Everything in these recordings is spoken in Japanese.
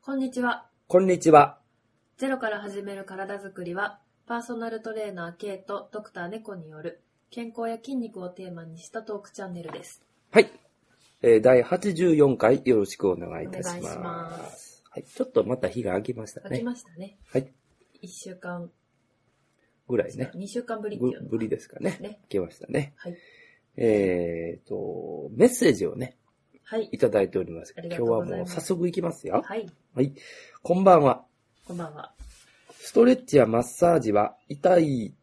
こんにちは。こんにちは。ゼロから始める体づくりは、パーソナルトレーナー K とドクター猫による健康や筋肉をテーマにしたトークチャンネルです。はい。えー第84回よろしくお願いいたしお願います。しますはい。ちょっとまた日が空きました書きね。ましたね。はい。 1週間、ぐらいね。 2週間ぶりってぶいうのぶりですかね。ね。来ましたね。はい。えーと、メッセージをね、はいい。ただいております。あ今りが日とうござはいもまうす早速いきますよ。はい。はい。こんばんは。こんばんは。ストレッチやマッサージは痛い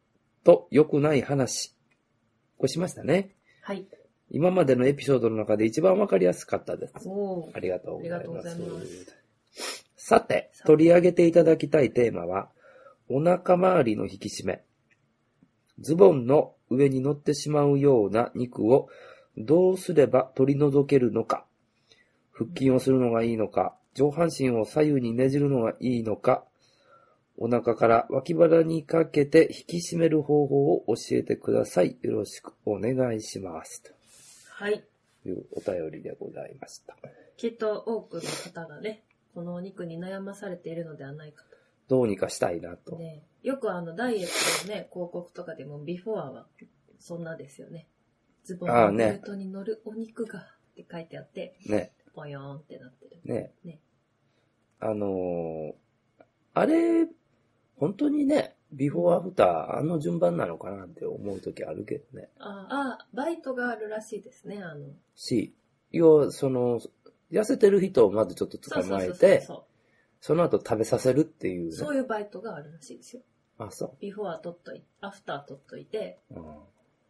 と良くない話。これしましたね。はい。今までのエピソードの中で一番わかりやすかったです。おーありがとうござありがとうございいま。ますさて、取り上げていただきたいテーマは、お腹周りの引き締め。ズボンの上に乗ってしまうような肉をどうすれば取り除けるのか。腹筋をするのがいいのか、上半身を左右にねじるのがいいのか、お腹から脇腹にかけて引き締める方法を教えてください。よろしくお願いします。はい。というお便りでございました。きっと多くの方がね、このお肉に悩まされているのではないかどうにかしたいなとと。。ね、よくあの、ダイエットのね、広告とかでも、ビフォアは、そんなですよね。ズボンああのねベルトに乗るお肉が、って書いてあって、ね、ぽよーんってなってる。ね。ねあのーあれ、本当にね、ビフォーアフター、あの順番なのかなって思う時あるけどね。ああ、バイトがあるらしいですね、あの。し、要は、その、痩せてる人をまずちょっとそうそ捕うまそえうそうて、そその後食べさせるっていうう。ね。そういうバイトがあるらしいですよ。あ、そビフォア取っといて、アフター取っといて、う。うん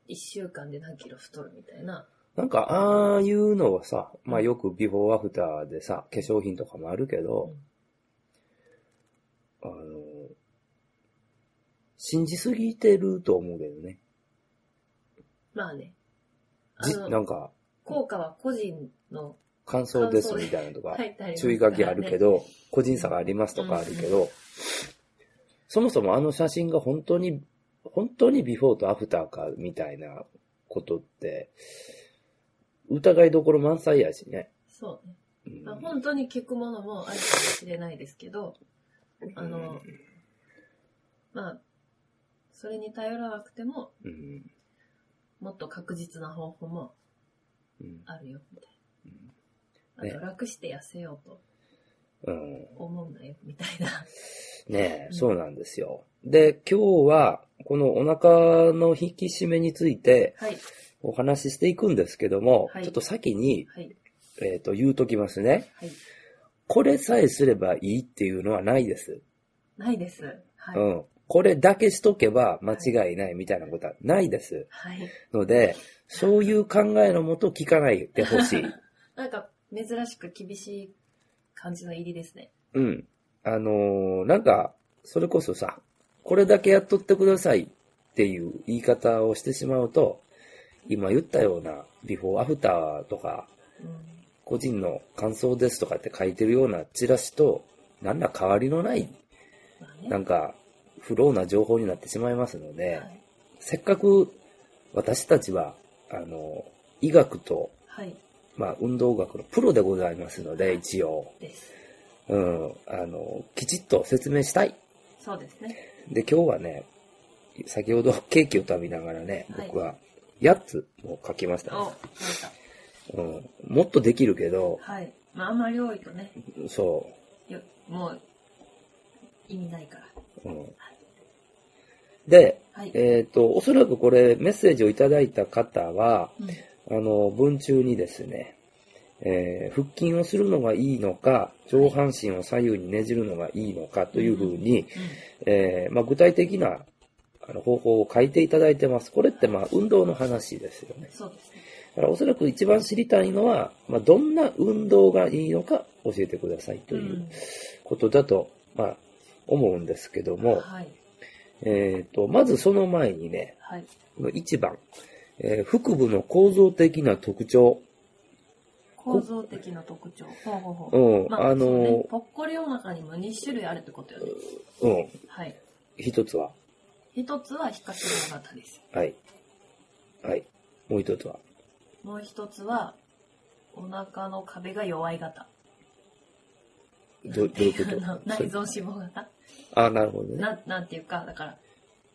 1週間で何キロ太るみたいな。なんか、ああいうのはさ、まあよくビフォーアフターでさ、化粧品とかもあるけど、うんあのー、信じすぎてると思うけどね。まあね。あじなの、んか、効果は個人の感想ですみたいなのとか書、いてあります注意書きあるけど。ど、個人差がありますとかあるけど、そもそもあの写真が本当に、本当にビフォーとアフターかみたいなことって、疑いどころ満載やしね。そうね。うんまあ、本当に聞くものもあるかもしれないですけど、あの、まあ、それに頼らなくても、うんもっと確実な方法もうんあるよ、みたいうんな。あと、楽して痩せようとうん思うなよ、みたい な。ねえ、うんそうなんですよ。で、今日は、このお腹の引き締めについてはい、お話ししていくんですけども、はいちょっと先に、はい、えっ、と、言うときますね。はい。これさえすればいいっていうのはないです。ないです。はい。うん。これだけしとけば間違いないみたいなことはないです。はい。ので、そういう考えのもと聞かないでほ しい。なんか、珍しく厳しい感じの入りですね。うん。あのーなんか、それこそさ、これだけやっとってくださいっていう言い方をしてしまうと、今言ったような、ビフォーアフターとか、うん。個人の感想ですとかって書いてるようなチラシと、何ら変わりのない、まあね。なんか、不老な情報になってしまいますので、はい。せっかく私たちは、あの、医学と、はい。まあ、運動学のプロでございますので、一応、です。うん、あの、きちっと説明したい。そうですね。で、今日はね、先ほどケーキを食べながらね、はい僕は8つを書きました、お、ねなんか、うん。もっとできるけど、はい。まあ、あんまり多いとね、そよもう、意味ないから。う。うん、で、はい。えっ、と、おそらくこれメッセージをいただいた方は、うんあの、文中にですね、えー腹筋をするのがいいのか、上半身を左右にねじるのがいいのかというふうに、えーまあ、具体的なあの方法を書いていただいてます。これってまあ運動の話ですよね。そうですね。だからおそらく一番知りたいのは、まあ、どんな運動がいいのか教えてくださいということだと、まあ、思うんですけどうんも、はい。えー、とまずその前にね、はい。 1番、えー腹部の構造的な特徴。構造的な特徴。ほうほうほうう。ん、まあ、のそうねー、ぽっこりお腹にも2種類あるってことよね。うん、はい。一つは、一つは皮下脂肪型です。はい。はい。もう一つは、もう一つは、お腹の壁が弱い型。どどういう ことあの内臓脂肪がさ、あ、なるほどね。な、なんていうか、だから、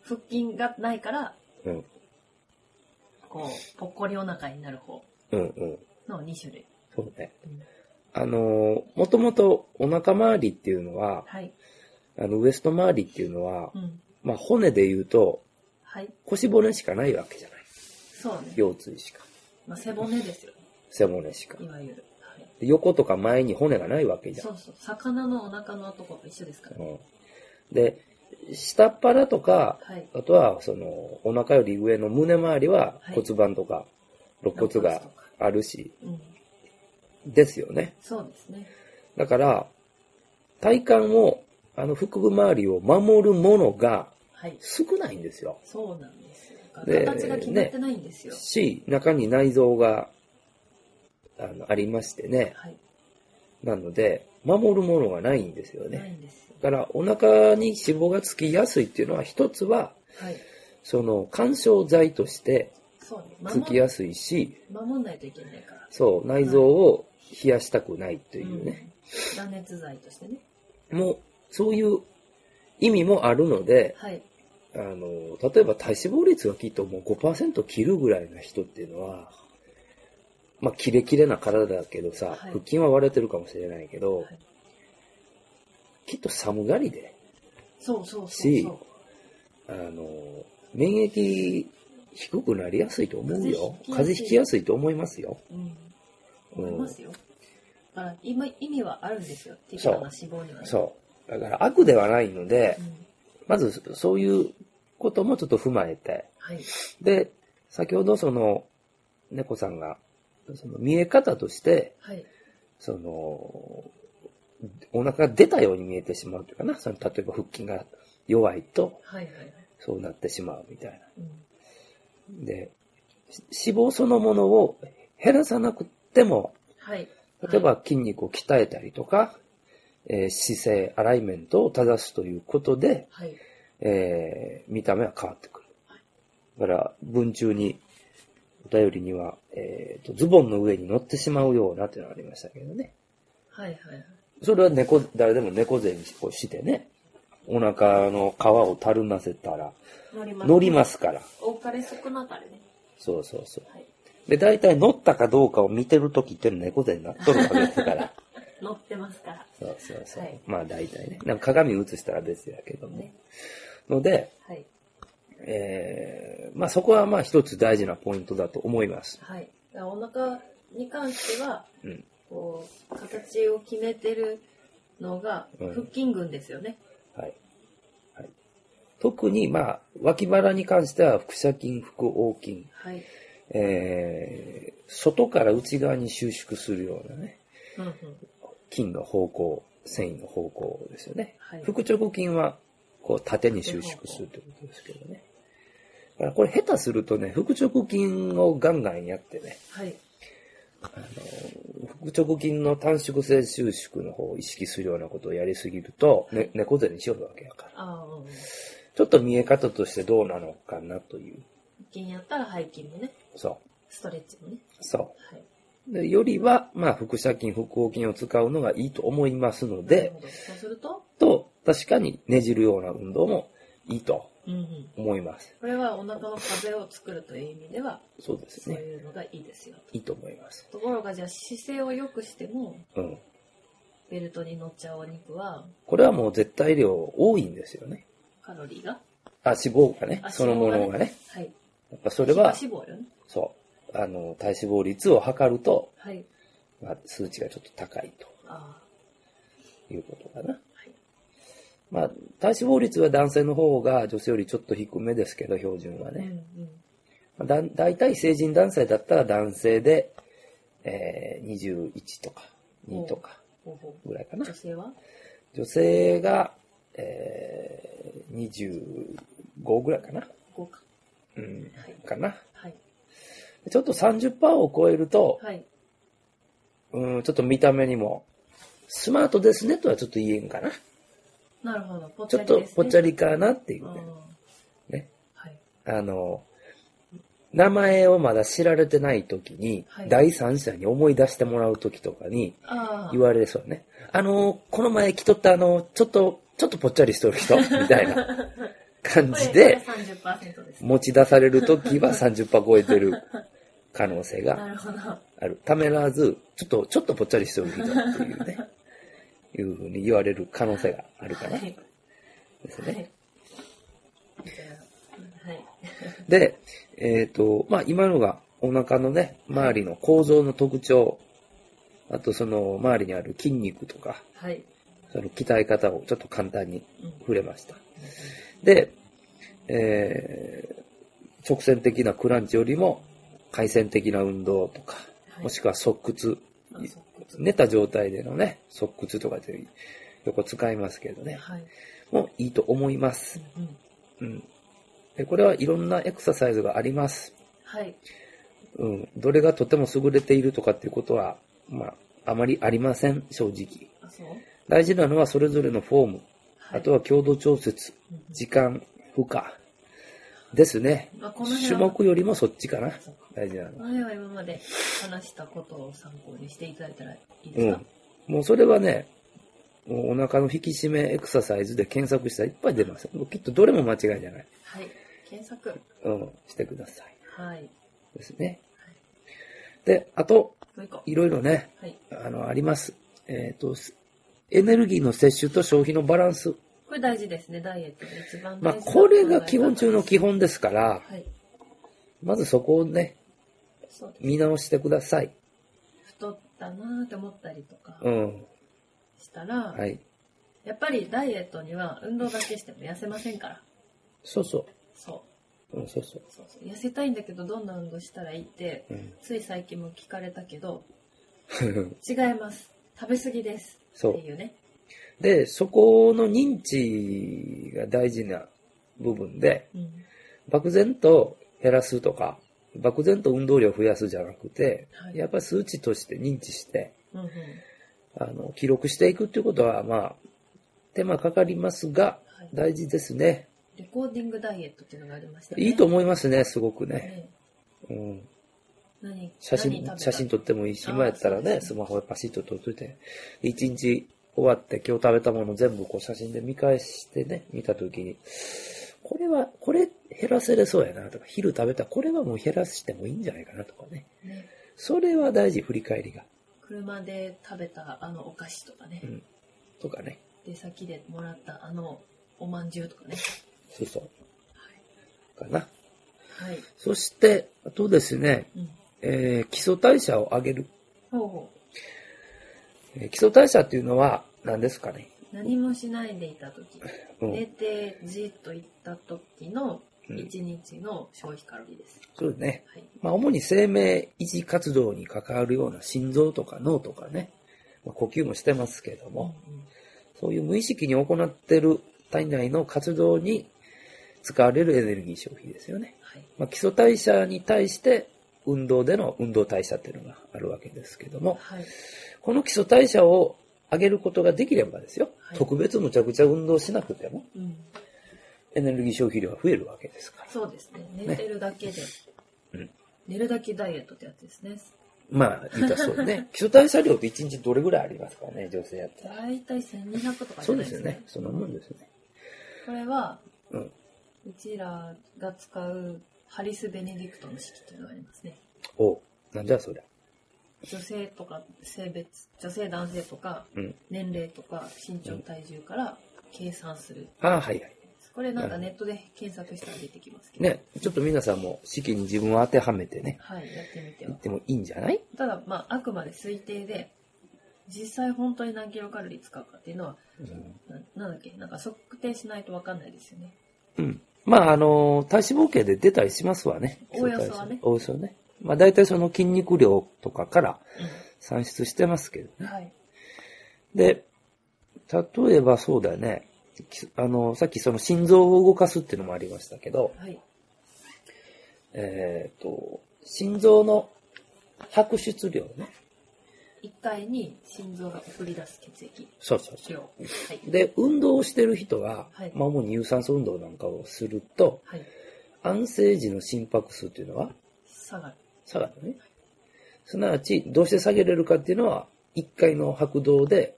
腹筋がないから、うん。こう、ぽっこりお腹になる方うんうん。の2種類。そうねうん。あのー、もともとお腹周りっていうのは、はい。あの、ウエスト周りっていうのはう、ん。まあ、骨で言うと、はい。腰骨しかないわけじゃない。そうね。腰椎しか、まあ、背骨ですよ。背骨しか。いわゆる。はい。で横とか前に骨がないわけじゃんそうそう。魚のお腹のとこと一緒ですからね。うんで、下っ腹とか、はい。あとは、その、お腹より上の胸周りははい骨盤とか、肋骨が肋とかあるし、うん。ですよね。そうですね。だから、体幹を、あの、腹部周りを守るものがはい。少ないんですよ。そうなんですよ。で形が決まってないんですよ。し、中に内臓が、あの、ありましてね。はい。なので、守るものがないんですよないね。んですよ。だから、お腹に脂肪がつきやすいっていうのは、一つは、はい。その、干渉剤として、そうね。つき守やすいし、守んないといけないから。そう、内臓を冷やしたくないというね。うん断熱材としてね。もう、そういう意味もあるので、はい。あの、例えば体脂肪率がきっともう5%切るぐらいな人っていうのは、まあ、キレキレな体だけどさ、はい腹筋は割れてるかもしれないけど、はいきっと寒がりで、そうそうそうしそう。あの、免疫低くなりやすいと思うよ。風風邪邪ひひききややすいと思いますよ。うん。思いますよ。だから今意味はあるんですよ。適そう度な脂肪にはね。そう。だから悪ではないのでう、ん。まずそういうこともちょっと踏まえて、はい。で、先ほどその、猫さんが、その見え方として、はい。その、お腹が出たように見えてしまうというかな、その例えば腹筋が弱いと、はいはい。そうなってしまうみたいうん。な。で、し脂肪そのものを減らさなくても、はい。例えば筋肉を鍛えたりとか、えー姿勢、アライメントを正すということで、はい。えー見た目は変わってくる。だから、文中に、お便りには、えーと、ズボンの上に乗ってしまうようなっていうのがありましたけどね。はいはいはい。それは猫、誰でも猫背にこうしてね、お腹の皮をたるませたら、乗ります。乗りますから。おかれ少なかれね。そうそうそう。はい。で、大体乗ったかどうかを見てるときって猫背になっとるわけです から。乗ってますから。そうそうそう。はいまあ大体ね。なんか鏡映したら別やけども。ね。ので、はい。えー、まあそこはまあ一つ大事なポイントだと思います。はい。だからお腹に関しては、うん。こう、形を決めてるのが、うん腹筋群ですよね。はい。はい、特に、まあ、脇腹に関しては、腹斜筋、腹横筋、はい。えー、外から内側に収縮するようなね、うんうん。筋の方向、繊維の方向ですよね。はい。腹直筋は、こう、縦に収縮するということですけどね。だからこれ下手するとね、腹直筋をガンガンやってね、はい。あの、腹直筋の短縮性収縮の方を意識するようなことをやりすぎると、ね、猫背にしようわけやから。ああ、うんうん。腹ちょっと見え方としてどうなのかなという。筋やったら背筋もね、そストレッチもね。う。そはい。う。で、よりは、まあ、腹斜筋、腹横筋を使うのがいいと思いますのなるでほ、ど、そうすると、と、確かにねじるような運動もいいとうんうん。思います。これはお腹の風を作るという意味では、そうですそうね。いうのがいいですよ。いいと思います。ところが、じゃあ姿勢を良くしても、うん。ベルトに乗っちゃうお肉は、これはもう絶対量多いんですよね。カロリーが、あ、脂肪がねあ、そのものがね。はい。やっぱそれは、皮下脂肪よね。そう。あの、体脂肪率を測ると、はい。まあ、数値がちょっと高いと。ああ、いうことかな。はい。まあ、体脂肪率は男性の方が女性よりちょっと低めですけど、標準はね。うんうん。まあだ大体成人男性だったら男性で、えー21とか2とかほうほぐらいかうな女。性は女性が、えー25ぐらいかな。 5か。うん、はい。かな。はい。ちょっと30%を超えると、はい。うん、ちょっと見た目にも、スマートですねとはちょっと言えんかな。なるほど。ぽっちちょゃっりです、とね。ぽっちゃり。りかなっていうね。ねはい。あの、名前をまだ知られてない時に、はい第三者に思い出してもらう時とかにああ言。われそうやね。あの、この前来とったあの、ちょっと、ちょっとぽっちゃりしとる 人、みたいな感じで、これが30%です。持ち出される時は30%超えてる可能性がなるほど。ある。ためらわず、ちょっと、ちょっとぽっちゃりしておる人ってい うね、いうふうに言われる可能性があるかな。はい。ですね。じゃあはい。で、えっ、と、まあ、今のがお腹のね、周りの構造の特徴、あとその周りにある筋肉とか、はい。その鍛え方をちょっと簡単にうん触れました。で、えー直線的なクランチよりも回線的な運動とか、はいもしくは側屈、あそっか寝た状態でのね、側屈とかという、よく使いますけどね、はい。もういいと思います。うんうんうん。で、これはいろんなエクササイズがあります。はい。うん。どれがとても優れているとかっていうことは、まあ、あまりありません、正直。あ、そう大事なのはそれぞれのフォーム、はい。あとは強度調節、うんうん、時間、負荷ですね。まあこの辺種は目よりもそっちかな。そうか大事なこののは。辺は今まで話したことを参考にしていただいたらいいうですかん、。もうそれはね、もうお腹の引き締めエクササイズで検索したらいっぱい出ます。もうきっとどれも間違いじゃない。はい。検索。うん。してください。はい。ですね。で、あと、もう一個。いろいろね、はい。あの、あります。えっ、と、すエネルギーの摂取と消費のバランス。これ大事ですね、ダイエットで一番まあ、大事なこれが基本中の基本ですから、はい。まずそこをね、そうです。見直してください。太ったなーって思ったりとかうん。したら、はい。やっぱりダイエットには運動だけしても痩せませんから。そうそ。そううん、そうそうう。そうそう痩せたいんだけど、どんな運動したらいいって、。うん、つい最近も聞かれたけ ど、違います。食べ過ぎです。そってう。いうね。で、そこの認知が大事な部分で、うん。漠然と減らすとか、漠然と運動量を増やすじゃなくて、はいやっぱり数値として認知して、うんうん。あの、記録していくっていうことは、まあ、手間かかりますが、はい。大事ですね。レコーディングダイエットっていうのがありましたね。いいと思いますね、すごくうね。うん、何写何食べ真、た写真撮ってもいいし、今やったらあーそうね、ですねスマホでパシッと撮っといて、一日終わって今日食べたもの全部こう写真で見返してね、見たときに、これは、これ減らせれそうやなとか、昼食べた、これはもう減らしてもいいんじゃないかなとかね。ね、それは大事、振り返りが。車で食べたあのお菓子とかねう、ん。とかね。出先でもらったあのおまんじゅうとかね。そうそう。かな。はい。そして、あとですね、うん。えー基礎代謝を上げる。ほうほえー基礎代謝っていうのは何ですかねう。何もしないでいた時、うん。寝てじっといった時のうん1日の消費カロリーです。そうね。はい。まあ、主に生命維持活動に関わるような心臓とか脳とかね、まあ、呼吸もしてますけども、うんうんそういう無意識に行ってる体内の活動に使われるエネルギー消費ですよね。はい。まあ、基礎代謝に対して運動での運動代謝っていうのがあるわけですけども、はい。この基礎代謝を上げることができればですよ、はい特別むちゃくちゃ運動しなくてもうん。エネルギー消費量が増えるわけですから。そうですね。寝てるだけで。うん寝るだけダイエットってやつですね。まあ、言ったらそう ね。基礎代謝量って1日どれぐらいありますかね、女性やったら。だいたい1200とかじそゃうなでいすですよか。ね。そんなもんですよね。これは、うん。うちらが使うハリス・ベネディクトの式っていうのがありますね。おうなんじゃそりゃ。女性とか性別、女性男性とかうん。年齢とか身長体重から計算する。ああ、はいはい。これなんかネットで検索したら出てきますけど。ね、ちょっと皆さんも式に自分を当てはめてね、はい、やってみて言はっ。てもいいんじゃないただ、まあ、あくまで推定で、実際本当に何キロカロリー使うかっていうのは、うん。ななんだっけ、なんか測定しないとわかんないですよね。うん。まあ、あの、体脂肪計で出たりしますわね。おおよそはね基礎代謝おおよそね。まあ、大体その筋肉量とかからう算出してますけどん。 ね。はい。で、例えばそうだね。きあの、さっきその心臓を動かすっていうのもありましたけど、はい。えっ、と、心臓の白出量ね。一回に心臓が送り出す血液そうそうそう。量。はい。で、運動をしてる人は、はいまあ主に有酸素運動なんかをすると、はい。安静時の心拍数というのは下がる。下がるね。すなわち、どうして下げれるかっていうのは、一回の拍動で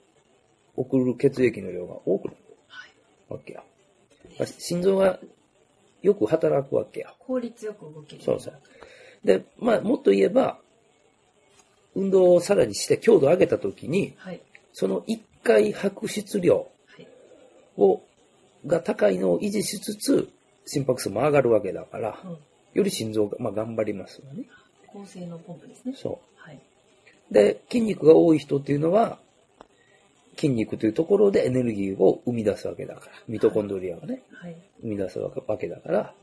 送る血液の量が多くなるはい。わけや。まあ心臓がよく働くわけや。効率よく動ける。そうそう。で、まあ、もっと言えば、運動をさらにして強度を上げたときに、はい。その一回白質量はい。を、が高いのを維持しつつ、心拍数も上がるわけだから、うん。より心臓が、まあ、頑張りますよね。高性能ポンプですね。そはい。う。で、筋肉が多い人っていうのは、筋肉というところでエネルギーを生み出すわけだから、ミトコンドリアがね、はい。生み出すわけだから、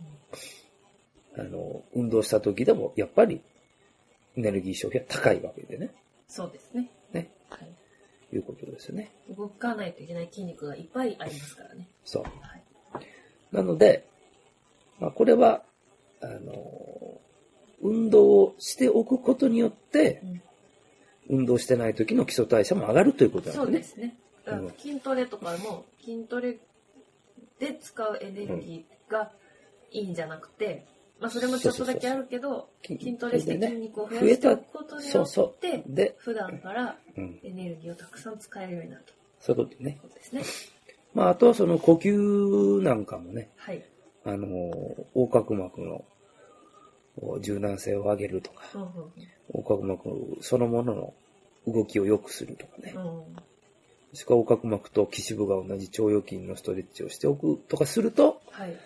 あの、運動した時でも、やっぱり、エネルギー消費は高いわけでね、そうですね。ねはい。いうことですよね。動かないといけない筋肉がいっぱいありますからね。そう。はい。なので、まあ、これは、あの、運動をしておくことによって、うん運動してない時の基礎代謝も上がるということなそんうでですね。すね。だからうん筋トレとかも筋トレで使うエネルギーがいいんじゃなくて、まあそれもちょっとだけあるけど、そうそうそう筋トレして筋筋トレでね肉を増やしておくことによそうっそて、で、普段からうん、エネルギーをたくさん使えるようになるといそういうことねう。ことですね。まあ、あとはその呼吸なんかもね、はい。あの、横隔膜のお柔軟性を上げるとか、うんうん横隔膜そのものの動きを良くするとかねう。んうんもしくは横隔膜と基支部が同じ腸腰筋のストレッチをしておくとかすると、はい。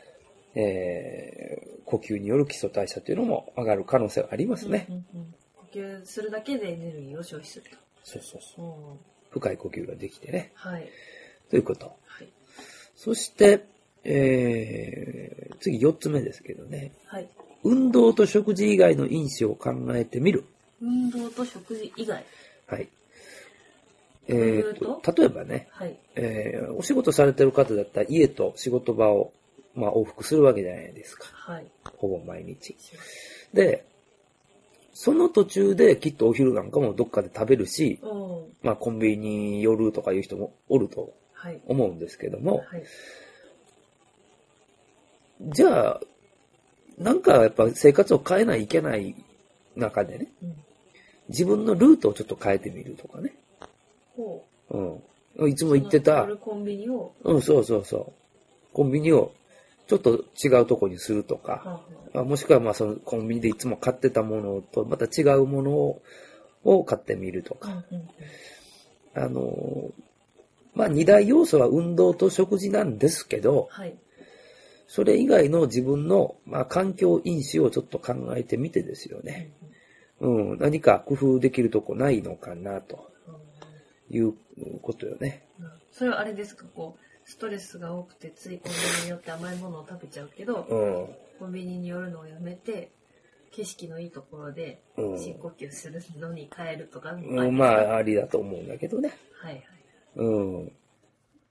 えー、呼吸による基礎代謝というのも上がる可能性はありますね。うんうんうん呼吸するだけでエネルギーを消費するそうそうそう。と。うん深い呼吸ができてね。はい。ということ。はい。そして、えー、次4つ目ですけどね。はい。運動と食事以外の因子を考えてみる。運動と食事以外。はい。えー、というと、例えばね、はい。えーお仕事されてる方だったら家と仕事場を、まあ、往復するわけじゃないですか。はい。ほぼ毎日。で、その途中できっとお昼なんかもどっかで食べるし、うん。まあコンビニに寄るとかいう人もおるとはい。思うんですけども、はい。じゃあ、なんかやっぱ生活を変えないといけない中でね、うん。自分のルートをちょっと変えてみるとかね。ほう。うん。いつも行ってたその、夜コンビニを。うん、そうそうそう。コンビニをちょっと違うとこにするとか、はまあもしくはまあそのコンビニでいつも買ってたものとまた違うものをを買ってみるとあはか、あうんうんあのーまあ二大要素は運動と食事なんですけど、はい。それ以外の自分のまあ環境因子をちょっと考えてみてですよね。うん、何か工夫できるとこないのかなとうんうんいうことよね。うんそれはあれですか、こう、ストレスが多くて、ついコンビニによって甘いものを食べちゃうけど、うん。コンビニに寄るのをやめて、景色のいいところでうん深呼吸するのに変えるとか、うん、まあ、ありだと思うんだけどね。はいはい。うん。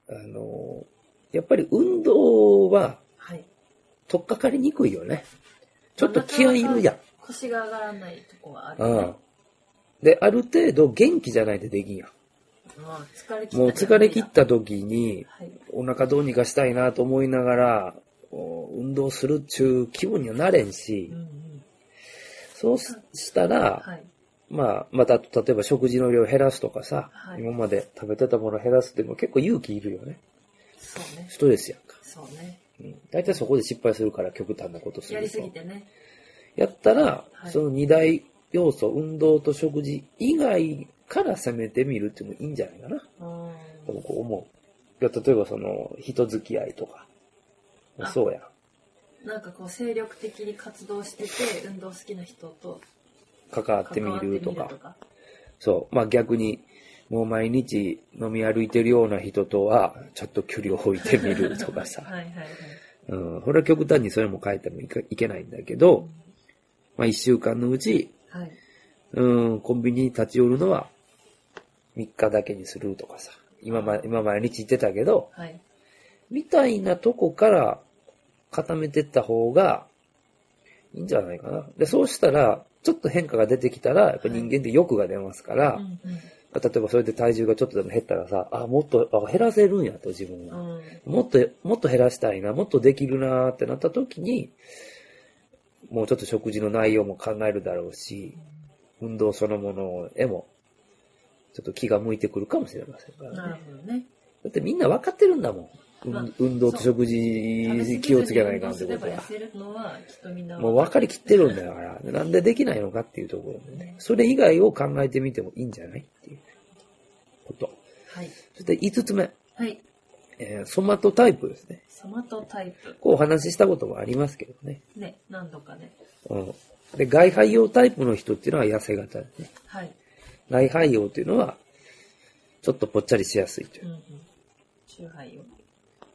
あの、やっぱり運動は、はい。取っかかりにくいよね。ちょっと気合いるじゃん。腰が上がらないとこはあるね。うん。で、ある程度元気じゃないとできんやまあ疲れ切った。ん。もう疲れ切った時に、はい。お腹どうにかしたいなと思いながら、お運動するっちゅう気分にはなれんしうんう、ん。そうししたら、はい。まあ、また、例えば食事の量を減らすとかさ、はい今まで食べてたものを減らすっていうのも結構勇気いるよね。そうね。ストレスやんか。そうね。うん大体そこで失敗するから極端なことするとやりすぎてね。やったら、はいその二大要素、運動と食事以外から攻めてみるっていうのもいいんじゃないかな。うん。と僕思う。いや、例えばその、人付き合いとか。あそうやん。なんかこう精力的に活動してて運動好きな人と関わっ関てみわってみるるととか。か。そう。まあ逆に、もう毎日飲み歩いてるような人とは、ちょっと距離を置いてみるとかさ。はいはいはい。うん。これは極端にそれも変えてもいかいけないんだけど、まあ一週間のうち、はい。うん、コンビニに立ち寄るのは3日だけにするとかさ。今ま、今毎日言ってたけど、はい。みたいなとこから固めてった方がいいんじゃないかな。で、そうしたら、ちょっと変化が出てきたら、やっぱ人間って欲が出ますから、うん例えばそれで体重がちょっとでも減ったらさ、あ、もっと、あ減らせるんやと自分うは。ん。うん。もっと、もっと減らしたいな、もっとできるなーってなった時に、もうちょっと食事の内容も考えるだろうし、運動そのものへも、ちょっと気が向いてくるかもしれませんからね。なるほどね。だってみんな分かってるんだもん。まあ運運動と食事気をつけないかんっ食てべこ過とぎずに運動はす。れば痩せるのはきっとみんなもう分かりきってるんだから、なんでできないのかっていうところでね。それ以外を考えてみてもいいんじゃないっていうこと。はい。そして5つ目、はい。えーソマトタイプですね。サマトタイプ。こうお話ししたこともありますけどね。ね、何度かね。うん。で、外肺用タイプの人っていうのは痩せ型ですね。はい。内肺用っていうのは、ちょっとぽっちゃりしやすいといううんうん。周杯を。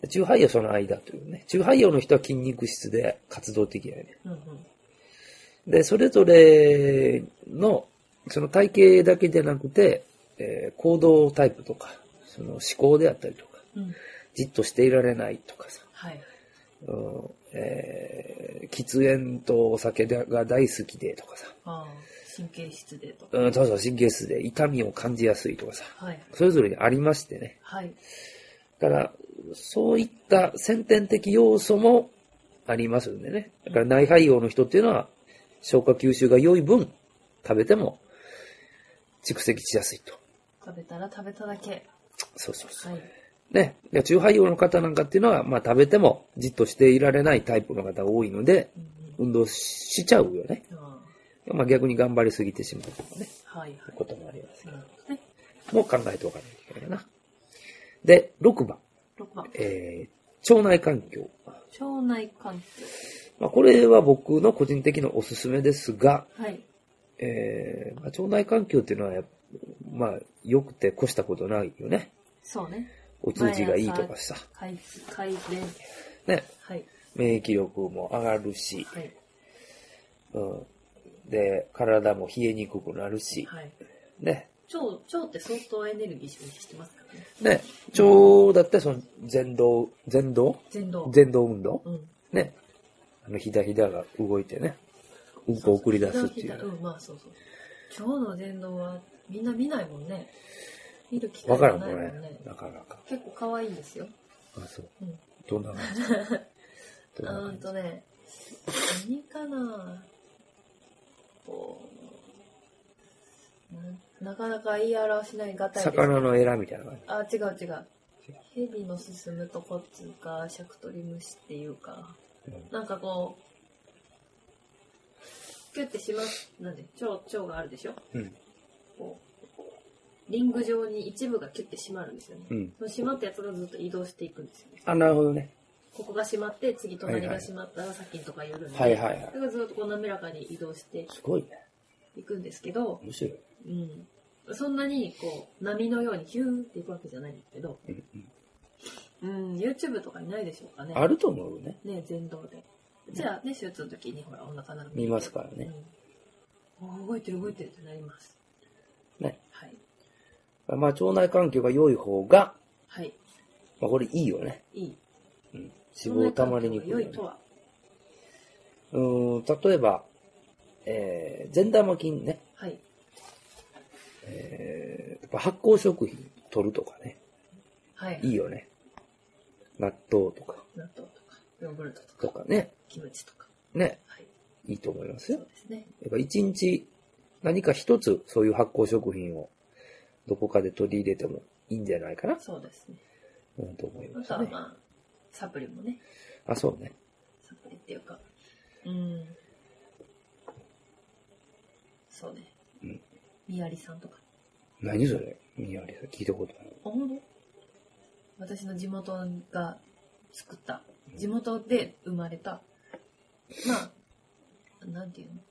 中肺葉その間というね。中肺葉の人は筋肉質で活動的だよね。うんうん。で、それぞれの、その体型だけじゃなくて、えー行動タイプとか、その思考であったりとか、うん。じっとしていられないとかさ、はい。うんえー喫煙とお酒が大好きでとかさ、ああ、神経質でとか。うん、そうそう、神経質で痛みを感じやすいとかさ、はい。それぞれにありましてね。はい。だから、そういった先天的要素もありますんでね。だから内肺葉の人っていうのは、消化吸収が良い分、食べても蓄積しやすいと。食べたら食べただけ。そうそうそはい。う。ね。で中肺葉の方なんかっていうのは、まあ食べてもじっとしていられないタイプの方が多いので、うん運動しちゃうよね。うん。あまあ逆に頑張りすぎてしまうとかね、あ、はいはい。こともあります。なるほどね。もう考えておかないといけないな。で、6番、 6番。えー、腸内環境。腸内環境。まあ、これは僕の個人的なおすすめですが、はい。えーまあ、腸内環境っていうのはやっぱ、まあ、良くて越したことないよね。そうね。お通じがいいとかさ、改改善。ね、はい。免疫力も上がるし、はい。うん、で、体も冷えにくくなるし、はい。ね、腸、腸って相当エネルギー消費してますからね。ね、腸だってその前動、前動全動。前動運動うん。ね、あの、ひだひだが動いてね、うんこを送り出すっていひだひだう。うん、まあそうそう。腸の電動はみんな見ないもんね。見る機わ会からがんもないんもんねね。、なかなか。結構可愛いんですよ。あ、そう。うん。どんな感じ どんなう感んじとね、何かなこう、ななかなか言い表しないがたいです。魚のエラみたいな感じ。あ、違う違う。蛇の進むとこっつうか、シャクトリムシっていうか、うんなんかこう、キュッてします。なんで、腸、腸があるでしょうん。こう、リング状に一部がキュッて締まるんですよね。うん。その締まったやつがずっと移動していくんですよね。あ、なるほどね。ここが締まって、次隣はいがはい締まったらさっきのとか夜に。はいはいはいそ。れがずっとこう滑らかに移動してすごいね。いくんですけど、面白い。うん。そんなにこう、波のようにヒューっていくわけじゃないんですけど、うんうんうん、YouTube とかにないでしょうかね。あると思うね。ね、全動で。うちらね、手術の時にほら、お腹なる見ますからね。うん、お動いてる動いてるってなります。ね。はい。まあ、腸内環境が良い方が、はい。まあ、これいいよね。いい。うん。脂肪溜まりにくいそんよな環ね、境が良いとは。うん、例えば、えー、善玉菌ね。はい。えー、やっぱ発酵食品取るとかね。はい。いいよね。納豆とか、納豆とか、ヨーグルトとか、とかね。キムチとか。ね。はい。いいと思いますそよう。ですね。やっぱ一日何か一つそういう発酵食品をどこかで取り入れてもいいんじゃないかな、そうですね。うん、と思いあましとたはね。まあ、サプリもね。あ、そうね。サプリっていうか、うん。そうね。うんみやりさんとか。何それいや、あれ聞いたことないあ、。ほんと私の地元が作った、地元で生まれた、まあ、なんていうの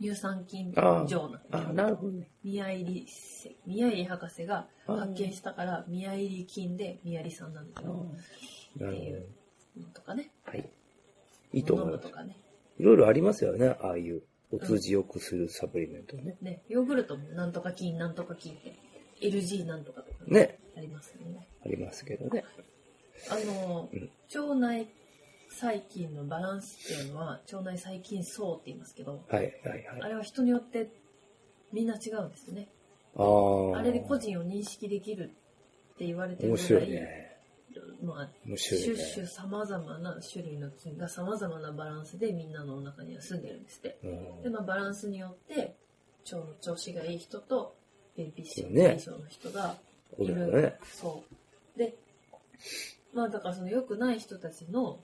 乳酸菌錠あな、んで、なるほどね。宮入せ宮入博士があー発見したから、宮入菌で宮入さんなんですなるよほ。どね。とかね。はい。いいと思い飲むまとす。かね。いろいろありますよね。ああいう、お通じよくするサプリメントね。ね、ヨーグルトもなんとか菌、なんとか菌って、LG なんとかとかね。ありますよね。ありますけどね。あの、うん腸内細菌のバランスっていうのは、腸内細菌層って言いますけど、はい、はい、あはい。れは人によってみんな違うんですね。ああ。あれで個人を認識できるって言われてる面ぐら白い、いね。まあ、無種種類々で。様々な種類の菌が様々なバランスでみんなのお腹には住んでるんですって。うんで、まあ、バランスによって、腸の調子がいい人と、便秘症そうね症の人がそういだる。よね。そう。で、まあ、だからその良くない人たちの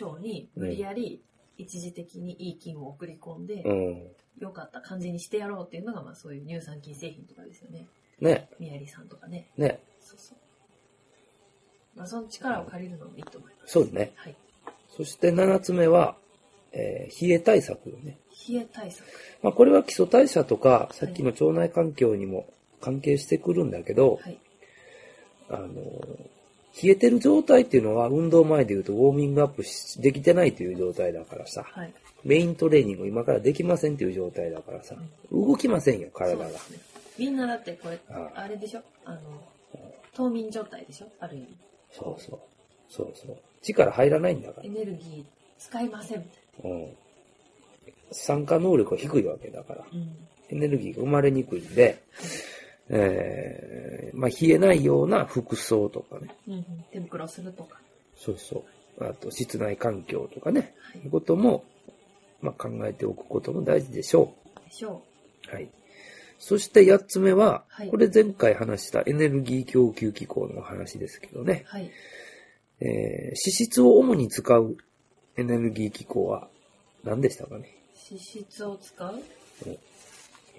腸に無理やり一時的にいい菌を送り込んで、うん。良かった感じにしてやろうっていうのが、まあ、そういう乳酸菌製品とかですよね。ね、みやりさんとかね。ね、そうそう。まあ、その力を借りるのもいいと思います。そうだね。はい。そして7つ目は、えー冷え対策よね。冷え対策。まあ、これは基礎代謝とか、さっきの腸内環境にも関係してくるんだけど、はい。あの、冷えてる状態っていうのは運動前で言うとウォーミングアップしできてないという状態だからさ、はい。メイントレーニングを今からできませんっていう状態だからさ、動きませんよ、体そうがで。すね。みんなだってこれ、あああれでしょあの、冬眠状態でしょある意味。そうそう。そうそう。力入らないんだからエ。ネルギー使いませんみたいうん。酸化能力が低いわけだから、な。うん。エネルギーが生まれにくいんで、えー、まあ冷えないような服装とかね、うんうん、手袋するとか。そうそう。あと、室内環境とかね、はいそういう。ことも、まあ、考えておくことも大事でしょでしょう。はい。そして8つ目は、はいこれ前回話したエネルギー供給機構のお話ですけどうね。、はい。えー、脂質を主に使うエネルギー機構は何でしたかね。脂質を使う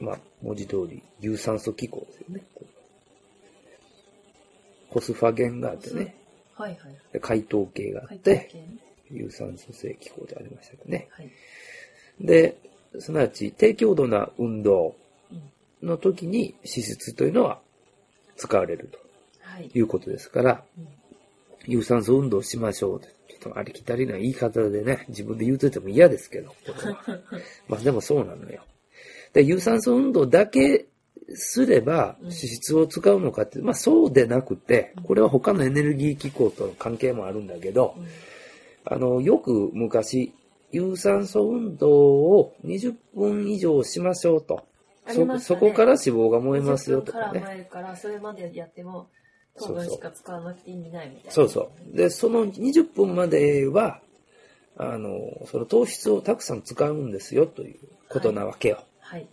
まあ、文字通り、有酸素機構ですよね。コスファゲンがあってね、はいはい。で解糖系があっ解て、系ね有酸素性機構でありましたけどね。はい。で、すなわち低強度な運動うん。の時に脂質というのは使われるはいと。いうことですから、うん有酸素運動しましょうって。ちょっとありきたりな言い方でね、自分で言うとても嫌ですけど、これはまあでもそうなのよ。で、有酸素運動だけすればうん脂質を使うのかって、まあそうでなくてうん、これは他のエネルギー機構との関係もあるんだけど、うんあの、よく昔、有酸素運動を20分以上しましょうと。ありそましたそねこから脂肪が燃えますよとか20分からね。燃えるから、それまでやっても、糖分しか使わなくて意味ないみたいな。そうそう。で、その20分までは、あの、その糖質をたくさん使うんですよということなわけよ。はい。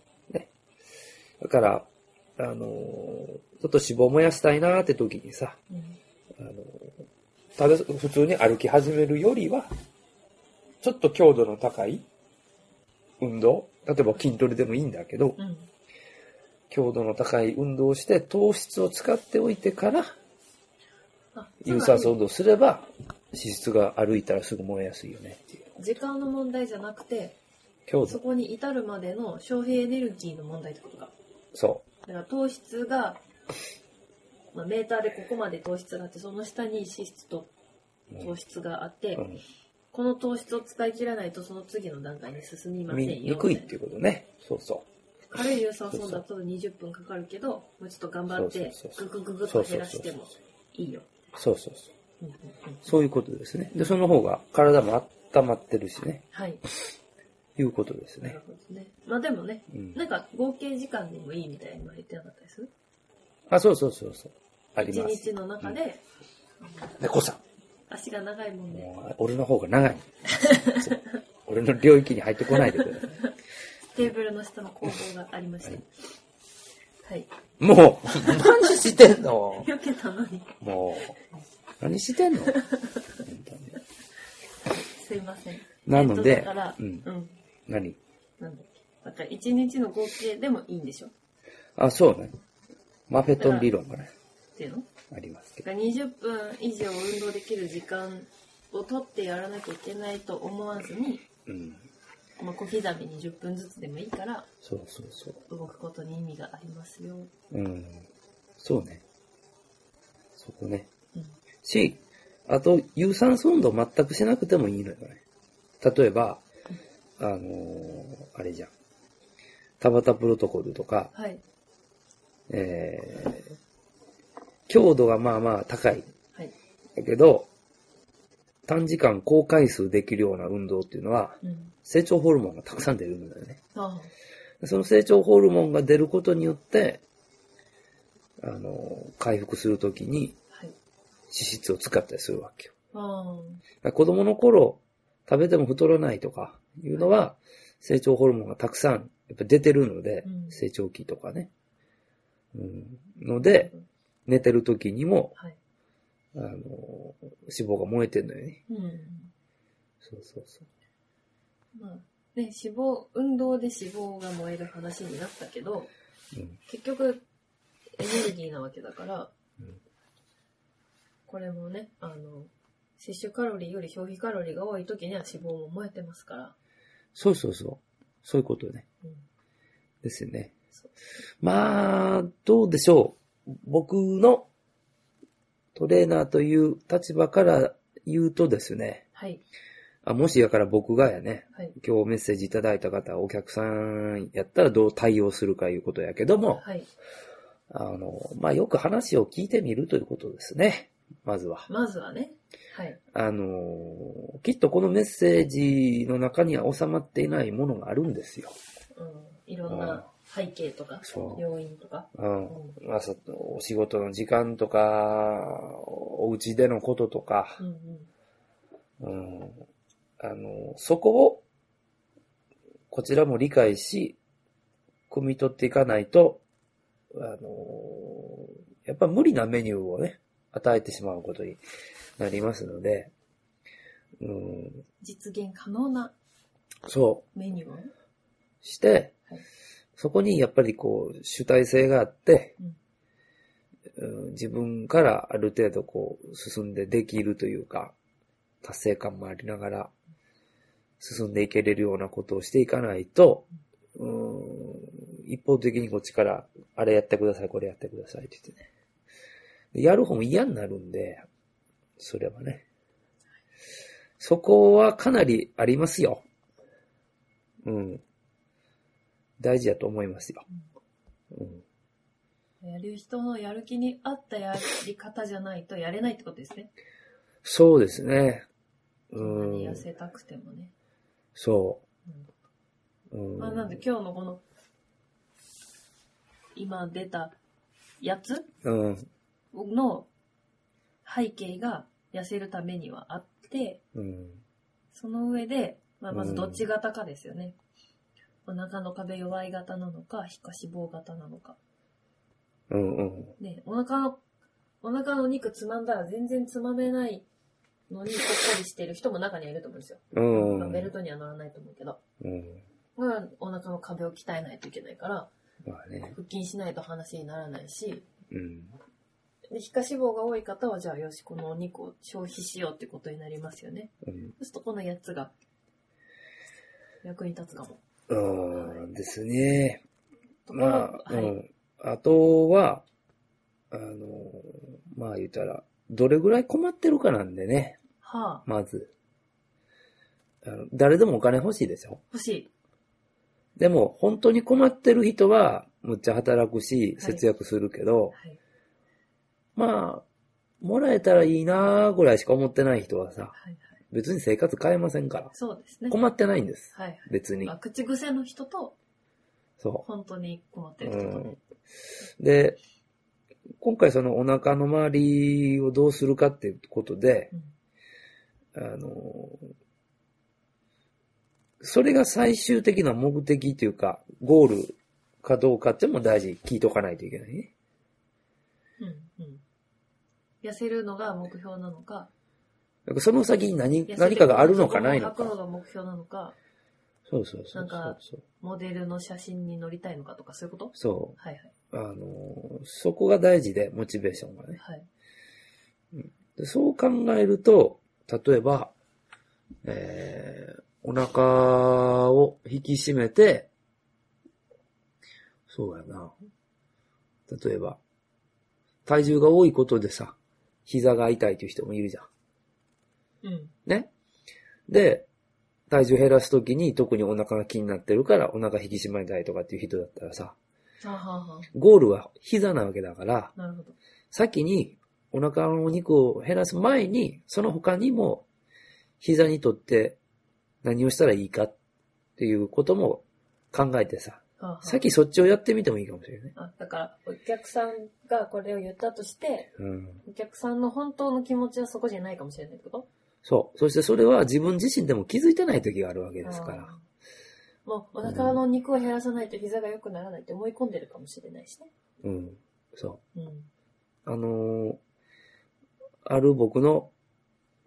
だから、あの、ちょっと脂肪燃やしたいなーって時にさ、うんあの、ただ普通に歩き始めるよりは、ちょっと強度の高い運動、例えば筋トレでもいいんだけど、うん。強度の高い運動をして糖質を使っておいてから、あ有酸素運動をすれば、脂質が歩いたらすぐ燃えやすいよねっていう。時間の問題じゃなくて、強そ度。こに至るまでの消費エネルギーの問題ってことか。そだから糖質が、まあ、メーターでここまで糖質があって、その下に脂質とう。糖質があって、うんこの糖質を使い切らないとその次の段階に進みませ見んよ。にくいっみたていなうことね。そうそ軽い有酸素だと20分かかるけど、もうちょっと頑張ってそう、そぐうぐぐぐう。っそとうそ減うらしそうてもいいよ。そうそうそうう。んうんうんそういうことですね。で、その方が体も温まってるしね。はい。いうことですなねる。ほどね。まあでもね、うんなんか合計時間でもいいみたいに言ってなかったでするあ、そうそうそうそう。あり一ます。日の中で、猫さん。足が長いもんで、もう俺の方が長い。そう俺の領域に入ってこないでくれ。テーブルの下の工房がありました。はい。もう、何してんの避けたのに、もう、何してんのすいません。なのえでっとだから、ううんん。何なんだっけ。だから一日の合計でもいいんでしょっあ、そうね。マフェトン理論がね、ていうのありますけだど。から20分以上運動できる時間を取ってやらなきゃいけないと思わずに、うん。まあ、小刻みに10分ずつでもいいから、そうそうそう。動くことに意味がありますよ。うん。そうね。そこね。うん。し、あと、有酸素運動全くしなくてもいいのよね。例えば、あのーあれじゃん。田畑プロトコルとか、はい。えー、強度がまあまあ高い。はい。だけど、短時間高回数できるような運動っていうのは、うん。成長ホルモンがたくさん出るんだよね。あその成長ホルモンが出ることによって、あのー回復するときにあ。はい。質を使ったりするわけよ。あだから子供の頃、食べても太らないとかいうのは、成長ホルモンがたくさんやっぱ出てるので、うん成長期とかね。うん、のあ。で、、寝てる時にも、はい。あの、脂肪が燃えてんのよね。うん。そうそうそう。まあ、ね、脂肪、運動で脂肪が燃える話になったけど、うん結局、エネルギーなわけだから、うんこれもね、あの、摂取カロリーより消費カロリーが多い時には脂肪も燃えてますから。そうそうそう。そういうことね。うん。ですよねそう。まあ、どうでしょう。僕のトレーナーという立場から言うとですね、はい。あもしやから僕がやね、はい。今日メッセージいただいた方、お客さんやったらどう対応するかいうことやけども、はい。あの、まあ、よく話を聞いてみるということですね。まずは。まずはね。はい。あの、きっとこのメッセージの中には収まっていないものがあるんですよ。うん。いろんな背景とか、そう要因とか。うん。うん。朝、お仕事の時間とか、お家でのこととかう、んうん。うん、あの、そこを、こちらも理解し、汲み取っていかないと、あの、やっぱ無理なメニューをね、与えてしまうことになりますので、うん、実現可能なそう、メニューを。して、はいそこにやっぱりこう主体性があって、うん自分からある程度こう進んでできるというか、達成感もありながら、進んでいけれるようなことをしていかないと、うん一方的にこっちから、あれやってください、これやってくださいって言ってね。でやる方も嫌になるんで、それはね。そこはかなりありますよ。うん。大事だと思いますよ。うん。やる人のやる気に合ったやり方じゃないとやれないってことですね。そうですね。う何痩ん。せたくてもね。そうんう。うん。まあ、なんで今日のこの、今出たやつうん。の背景が痩せるためにはあって、うん。その上で、まあ、まうずんどっち型かですよね。お腹の壁弱い型なのか、皮下脂肪型なのか。うん。うん。ね、お腹の、お腹の肉つまんだら全然つまめないのに、ぽっこりしてる人も中にはいると思うんですよ。うん。まあベルトには乗らないと思うけど。うん。まあ、お腹の壁を鍛えないといけないから、まあね。腹筋しないと話にならないし、うん。で、皮下脂肪が多い方は、じゃあよし、このお肉を消費しようってことになりますよね。うん。そうするとこのやつが、役に立つかも。うん。ですね。ところまあ、はうい、ん。あとは、あの、まあ言ったら、どれぐらい困ってるかなんでね、はあ、まず。あの誰でもお金欲しいでしょ欲しい。でも、本当に困ってる人は、むっちゃ働くし、はい節約するけど、はい。まあ、もらえたらいいなーぐらいしか思ってない人はさ、はい、はい。別に生活変えませんから。そうですね。困ってないんです。はいはい。別にまあ、。口癖の人と、そ本当に困ってう。る人とうね。ん、で、今回そのお腹の周りをどうするかっていうことで、うんあのー、それが最終的な目的というか、ゴールかどうかっていうのも大事、聞いとかないといけないね。うん、うん。痩せるのが目標なのか、なんかその先に何痩せ何かがあるのかないの子供を履くか。のが目標なのか、そうそうそなうんかそう。モデルの写真に載りたいのかとか、そういうことそはいはい。う。あのーそこが大事で、モチベーションがね。はい。でそう考えると、例えば、えー、お腹を引き締めて、そうやな。例えば、体重が多いことでさ、膝が痛いという人もいるじゃん。うん。ね。で、体重減らすときに特にお腹が気になってるからお腹引き締まりたいとかっていう人だったらさ、あはあはゴールは膝なわけだから、あ。なるほど。先にお腹のお肉を減らす前に、その他にも膝にとって何をしたらいいかっていうことも考えてさ、はあはあさっきそっちをやってみてもいいかもしれないね。あ、だから、お客さんがこれを言ったとして、うん。お客さんの本当の気持ちはそこじゃないかもしれないってことそう。そしてそれは自分自身でも気づいてない時があるわけですかあら。ーもう、お腹の肉を減らさないと膝が良くならないって思い込んでるかもしれないしね。うん。そうん。う。あのーある僕の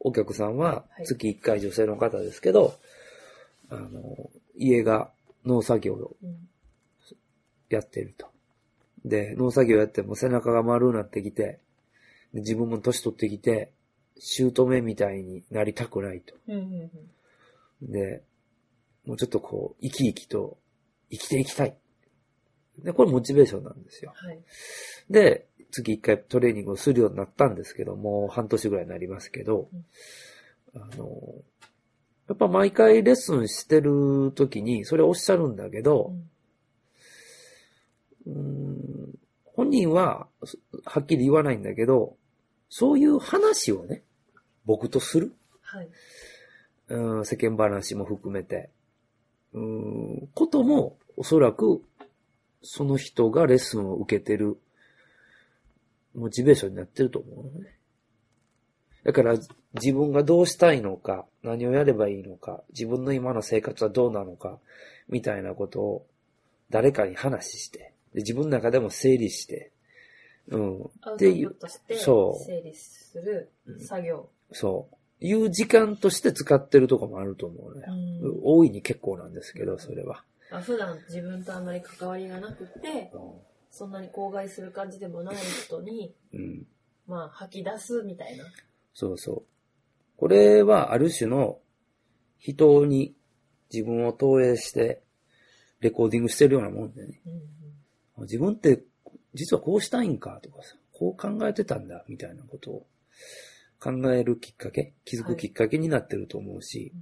お客さんはは、い月1回女性の方ですけど、あのー家が農作業をうん。やってると。で、農作業やっても背中が丸くなってきて、で自分も年取ってきて、姑みたいになりたくないと。うんうんうん。で、もうちょっとこう、生き生きと生きていきたい。で、これモチベーションなんですよ。はい。で、月一回トレーニングをするようになったんですけど、もう半年ぐらいになりますけどうん、あの、やっぱ毎回レッスンしてる時に、それおっしゃるんだけうど、んうーん本人は、そはっきり言わないんだけど、そういう話をね、僕とする。はい。うん、世間話も含めて、うん、ことも、おそらく、その人がレッスンを受けてる、モチベーションになってると思うのね。だから、自分がどうしたいのか、何をやればいいのか、自分の今の生活はどうなのか、みたいなことを、誰かに話して、で自分の中でも整理して、うん、アウトプていうットして、そう整理する作業。そう、いう時間として使ってるとこもあると思うね。うん大いに結構なんですけど、それは。あ普段自分とあんまり関わりがなくて、そんなに口外する感じでもない人に、うん。まあ、吐き出すみたいな。そうそう。これはある種の人に自分を投影してレコーディングしてるようなもんでね。うんうん自分って実はこうしたいんかとかさ、こう考えてたんだみたいなことを考えるきっかけ、気づくきっかけになってると思うし、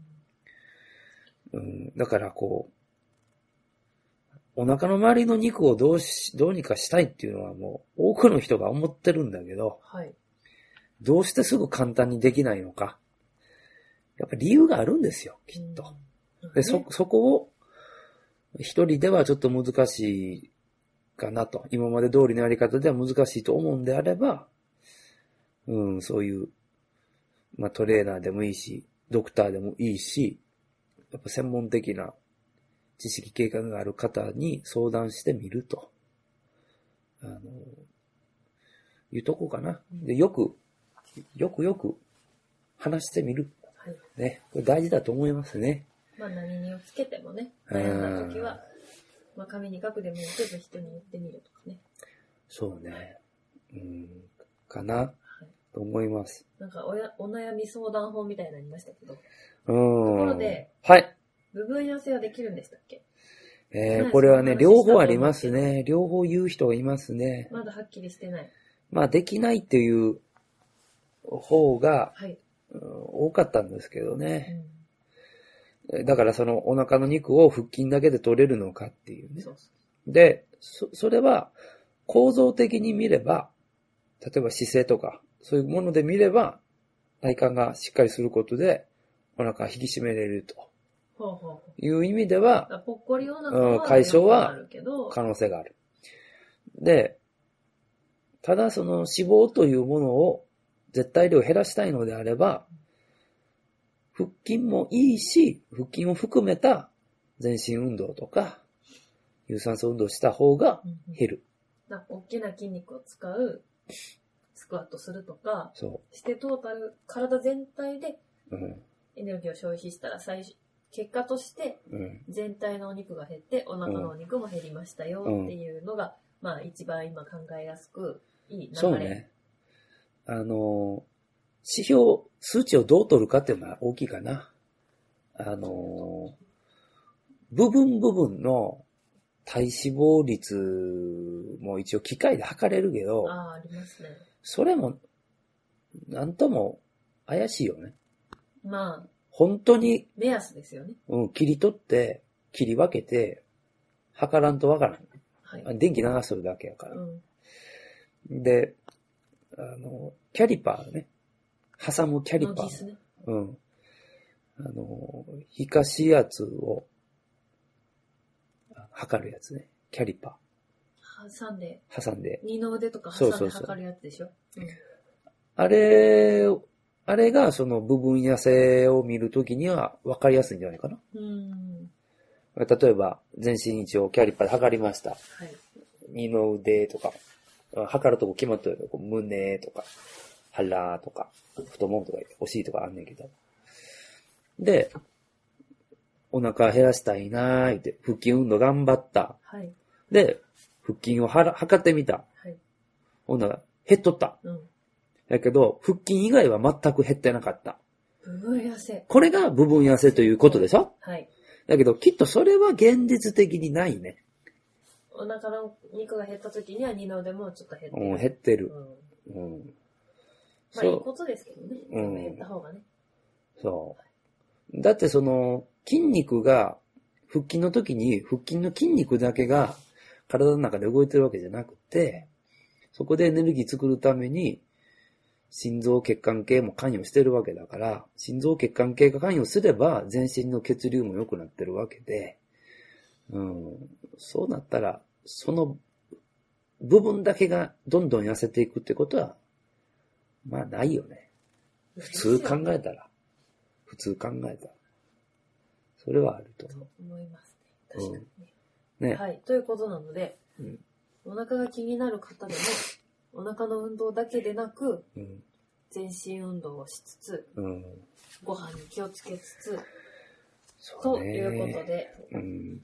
うん、だからこう、お腹の周りの肉をどうし、どうにかしたいっていうのはもう多くの人が思ってるんだけど、はい。どうしてすぐ簡単にできないのか。やっぱ理由があるんですよ、きっと。うん。で、そね、そこを、一人ではちょっと難しいかなと。今まで通りのやり方では難しいと思うんであれば、うん、そういう、まあトレーナーでもいいし、ドクターでもいいし、やっぱ専門的な知識経過がある方に相談してみると。あの、いうとこかな。で、よく、よくよく話してみる。はい。ね。これ大事だと思いますね。まあ、何にをつけてもね、うん悩んだ時は、まあ、紙に書くでもいいけど、人に言ってみるとかね。そうね。うん。かなはい。と思います。なんかおや、お悩み相談法みたいなのありましたけど、うん。ところではい。部分痩せはできるんでしたっけえー、ねこれはね、その話両したと思方うありますね。両方言う人がいますね。まだはっきりしてない。まあ、できないっていう方が、はい。うん多かったんですけどうね。んだからそのお腹の肉を腹筋だけで取れるのかっていうねそ。うそで、そ、それは構造的に見れば、例えば姿勢とか、そういうもので見れば、内観がしっかりすることで、お腹が引き締めれるとう。ほうほうほう。いう意味では、あぽっこりお腹うんは解消はあるけど、可能性がある。で、ただその脂肪というものを絶対量減らしたいのであれば、腹筋もいいし、腹筋を含めた全身運動とか、有酸素運動した方がうんうん減る。な大きな筋肉を使う、スクワットするとか、そしてトータル、体全体でう。うん。エネルギーを消費したら最終、結果としてうん。全体のお肉が減って、お腹のお肉も減りましたようんっていうのが、まあ一番今考えやすく、いい流れ。そうね。あの、指標、数値をどう取るかっていうのは大きいかな。あの、部分部分の体脂肪率も一応機械で測れるけど、ああ、ありますね。それも、なんとも怪しいよね。まあ、本当に、目安ですよね。うん、切り取って、切り分けて、測らんとわからんはい。あ。電気流すだけやからう。ん。で、あの、キャリパーね。挟むキャリのパギー。スね。うん。あの、皮下指圧を、あの測るやつね。キャリパ挟んで、ー。挟んで。二の腕とか挟んそうそでうそう測るやつでしょうんあれ、あれがその部分痩せを見るときには分かりやすいんじゃないかな。うん。例えば、全身一応キャリパーで測りました。はい。二の腕とか、あ測るとこ決まってるよ。こう胸とか、腹とか、太ももとか、お尻とかあんねんけど。で、お腹減らしたいなーって、腹筋運動頑張った。はい。で、腹筋をはら測ってみた。はい。ほんなら、減っとった。うん。だけど、腹筋以外は全く減ってなかった。部分痩せ。これが部分痩せということでしょはい。だけど、きっとそれは現実的にないね。お腹の肉が減った時には二の腕もちょっと減ってうん、る。減ってうる。ん。うん。まあ、いいことですけどね。うん減った方がね。そう。だってその、筋肉が、腹筋の時に、腹筋の筋肉だけが、体の中で動いてるわけじゃなくて、そこでエネルギー作るために、心臓血管系も関与してるわけだから、心臓血管系が関与すれば、全身の血流も良くなってるわけで、うん、そうなったら、その部分だけがどんどん痩せていくってことは、まあないよね。普通考えたら、普通考えたら、それはあると思と思いますね。確かにね。う。ね。はい。ということなので、うんお腹が気になる方でも、お腹の運動だけでなく、うん。全身運動をしつつ、うん。ご飯に気をつけつつ、そということで、うん。